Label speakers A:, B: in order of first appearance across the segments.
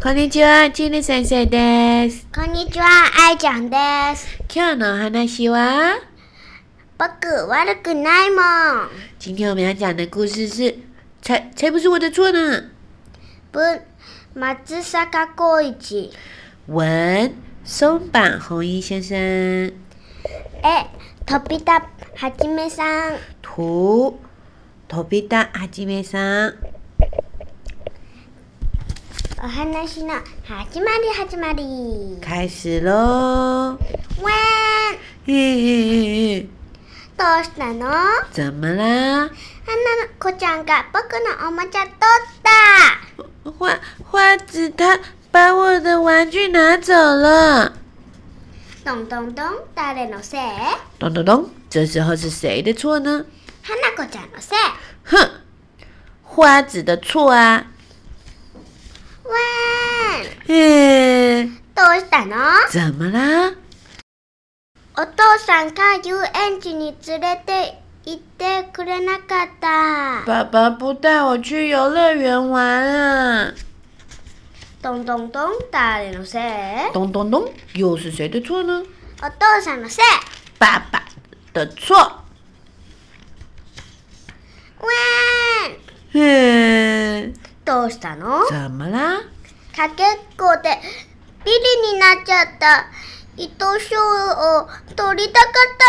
A: こんにちは、ちね先生です。
B: こんにちは、あいちゃんです。
A: 今日のお話は、
B: 僕、悪くないもん。
A: 今天我们要讲的故事是，才才不是我的错呢。
B: ぶ、松坂浩一。
A: 文松坂弘一先生，
B: え、飛びたはじめさん。
A: 图トビタはじめさん。
B: お話の始まり始まり。ウェーン
A: 开始喽！嘿嘿嘿嘿，
B: どうしたの花の
A: 怎么啦？
B: 子ちゃんが僕のおもちゃ取った。
A: 花花子他把我的玩具拿走了。
B: どんどんどん、誰のせい
A: 咚咚咚！这时候是谁的错呢？
B: 花子ちゃんのせい。
A: 哼，花子的错啊！
B: ウェーン
A: 嘿，
B: どうしたの
A: 怎么啦？
B: お父さんが遊園地に連れて行ってくれなかった。
A: 爸爸不带我去游乐园玩啊！
B: どんどんどん誰のせい
A: 咚咚咚，又是谁的错呢？
B: お父さんのせい
A: 爸爸的错。
B: うえーん
A: 嘿，
B: どうしたの
A: 怎么啦？
B: かけっこでビリになっちゃった糸賞を取りたかった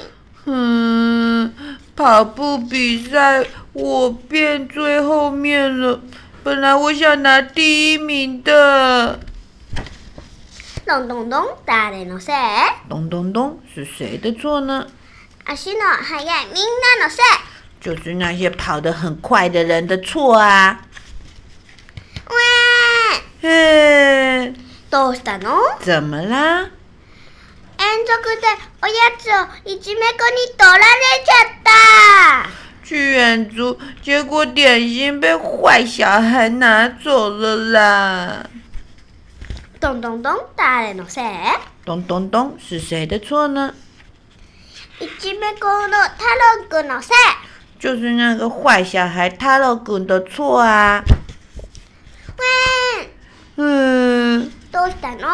B: のに
A: 嗯，跑步比赛我变最后面了。本来我想拿第一名的。
B: どんどんどん誰のせい
A: 咚咚咚，是谁的错呢？
B: 足の速いみんなのせ
A: 就是那些跑得很快的人的错啊！
B: いうえー
A: 嘿，
B: んどうしたの
A: 怎么啦？
B: 遠足でおやつをいじめっこに取られちゃった
A: 去远足，结果点心被坏小孩拿走了啦！
B: どんどんどん誰のせい
A: 咚咚咚，是谁的错呢？
B: いちめこの太郎くんのせい
A: 就是那个坏小孩他老公的错啊！
B: ウェーン
A: 嗯，
B: どうしたの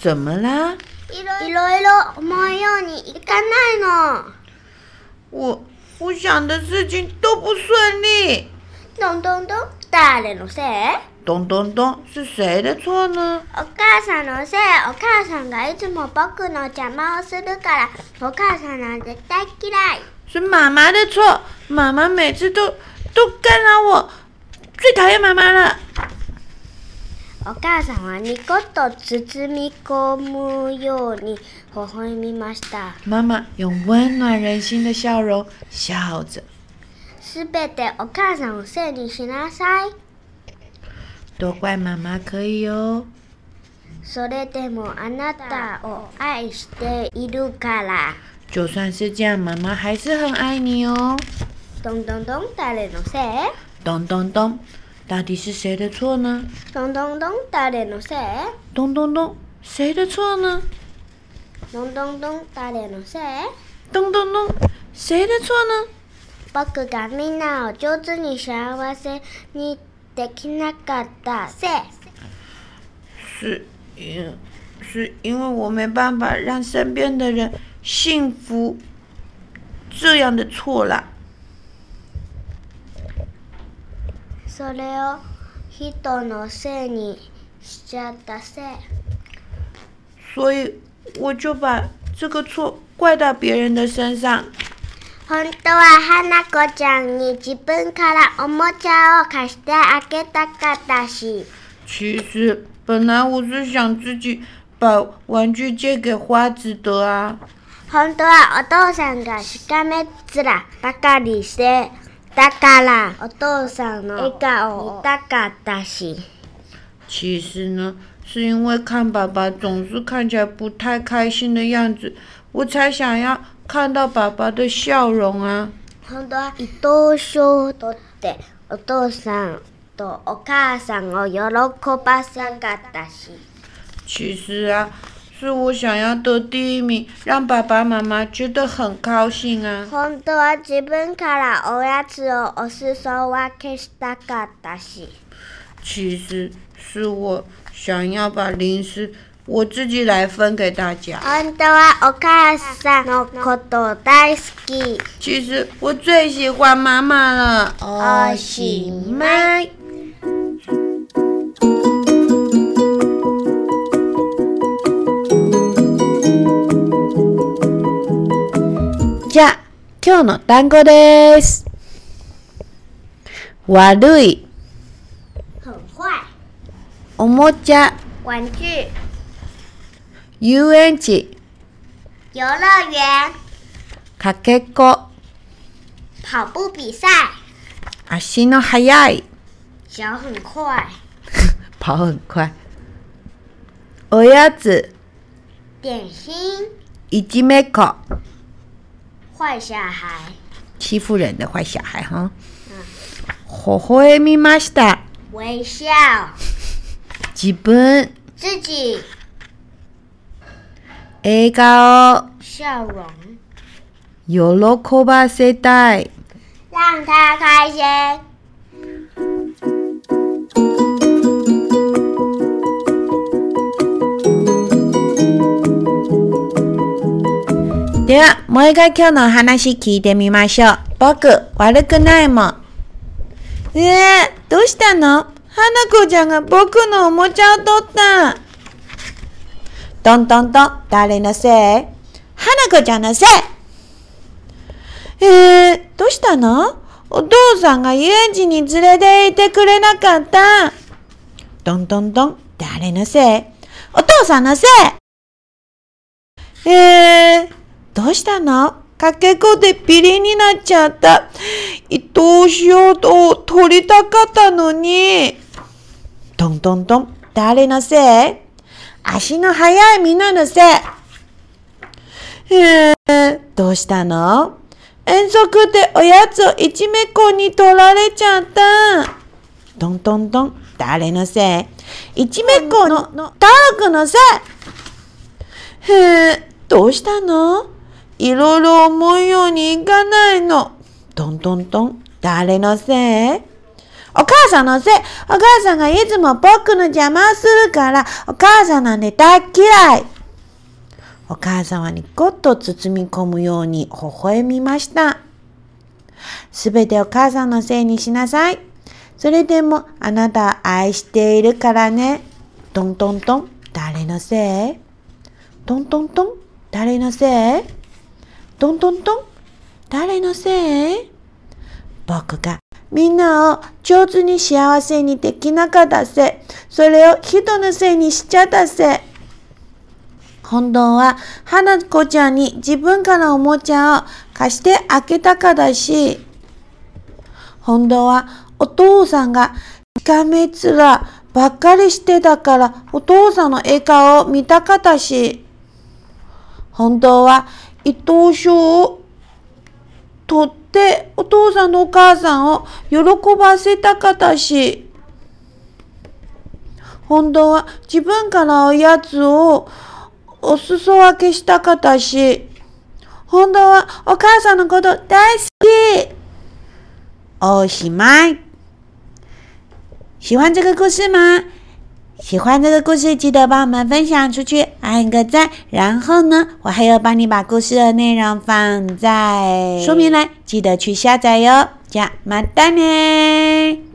A: 怎么啦？
B: いろいろいろ思うようにいかないの
A: 我我想的事情都不顺利。
B: どんどんどん誰のせい
A: 咚咚咚，是谁的错呢？
B: お母さんのせいお母さんがいつも僕の邪魔をするからお母さんなんて大嫌い
A: 是妈妈的错，妈妈每次都都干扰我，最讨厌妈妈了。
B: お母さんはニコッと包み込むように微笑みました
A: 妈妈用温暖人心的笑容笑着。
B: すべてお母さんをせいにしなさい
A: 都怪妈妈可以哦。
B: それでもあなたを愛しているから
A: 就算是这样，妈妈还是很爱你哦。
B: どんどんどん誰のせい
A: 咚咚咚，到底是谁的错呢？
B: どんどんどん誰のせい
A: 咚咚咚，谁的错呢？
B: どんどんどん誰のせい
A: 咚咚咚，谁的错呢？
B: 僕がみんなを上手に幸せにできなかったせい
A: 是因是因为我没办法让身边的人幸福，这样的错啦。
B: それを人のせいにしちゃったせい
A: 所以我就把这个错怪到别人的身上。
B: 本当は花子ちゃんに自分からおもちゃを貸してあげたかったし
A: 其实本来我是想自己把玩具借给花子的啊。
B: 本当はお父さんがしかめっ面ばかりしてだから
C: お父さんの
B: 笑顔を見たかったし。
D: 其实呢，是因为看爸爸总是看起来不太开心的样子，我才想要看到爸爸的笑容啊。
B: 本当は伊藤賞を取ってお父さんとお母さんを喜ばさなかったし
D: 其实啊，是我想要得第一名，让爸爸妈妈觉得很高兴啊。
B: 本当は自分からおやつをお裾分けしたかったし
D: 其实是我想要把零食我自己来分给大家。
B: 本当はお母さんのこと大好き
D: 其实我最喜欢妈妈了。
A: 哦
B: おしまい
A: じゃあ、今日の単語です。悪い、
B: 很坏
A: おもちゃ、
B: 玩具
A: 遊園地、
B: 游乐园
A: かけっこ、
B: 跑步比赛
A: 足の速い、
B: 脚很快
A: 跑很快。おやつ、
B: 点心
A: いじめっ子、
B: 坏小孩
A: 欺负人的坏小孩哈。微笑みました。
B: 微笑
A: 自分、
B: 自己
A: 笑顔、
B: 笑容。
A: 喜ばせたい。
B: 让他开心。
A: では、もう一回今日のお話聞いてみましょう。僕、悪くないもん。ええどうしたの花子ちゃんが僕のおもちゃを取った。トントントン、誰のせい花子ちゃんのせいええどうしたのお父さんが遊園地に連れて行ってくれなかった。トントントン、誰のせいお父さんのせいえー、どうしたのかけっこでビリになっちゃった。どうしようと取りたかったのに。トントントン。誰のせい足の速いみんなのせい。えー、どうしたの遠足でおやつをいじめっ子に取られちゃった。トントントン。誰のせいいじめっ子のタロクのせい。へえ、どうしたのいろいろ思うようにいかないの。トントントン。誰のせいお母さんのせい。お母さんがいつも僕の邪魔をするから、お母さんなんて大嫌い。お母さんはにこっと包み込むように微笑みました。すべてお母さんのせいにしなさい。それでもあなたは愛しているからね。トントントン。誰のせいトントントン誰のせいトントントン誰のせい僕がみんなを上手に幸せにできなかったせい。それを人のせいにしちゃったせい。本当は花子ちゃんに自分からおもちゃを貸してあげたかだし、本当はお父さんがしかめつらばっかりしてたからお父さんの笑顔を見たかったし、本当は伊藤賞を取ってお父さんのお母さんを喜ばせたかったし、本当は自分からおやつをお裾分けしたかったし、本当はお母さんのこと大好きおしまい。喜欢这个故事吗？喜欢这个故事，记得帮我们分享出去，按个赞。然后呢，我还要帮你把故事的内容放在说明栏，记得去下载哟。这样，马丹呢？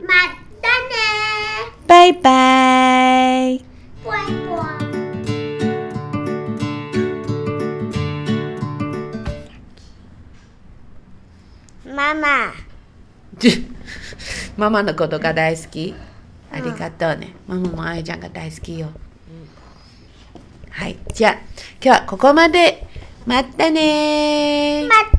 B: 马丹呢？
A: 拜拜。
B: 乖乖。妈妈，
D: ママのことが大好き。ありがとうね。ママもあやちゃんが大好きよ。
A: 嗯
D: はい。じゃあ、今日はここまで。またねー。
B: 马丹。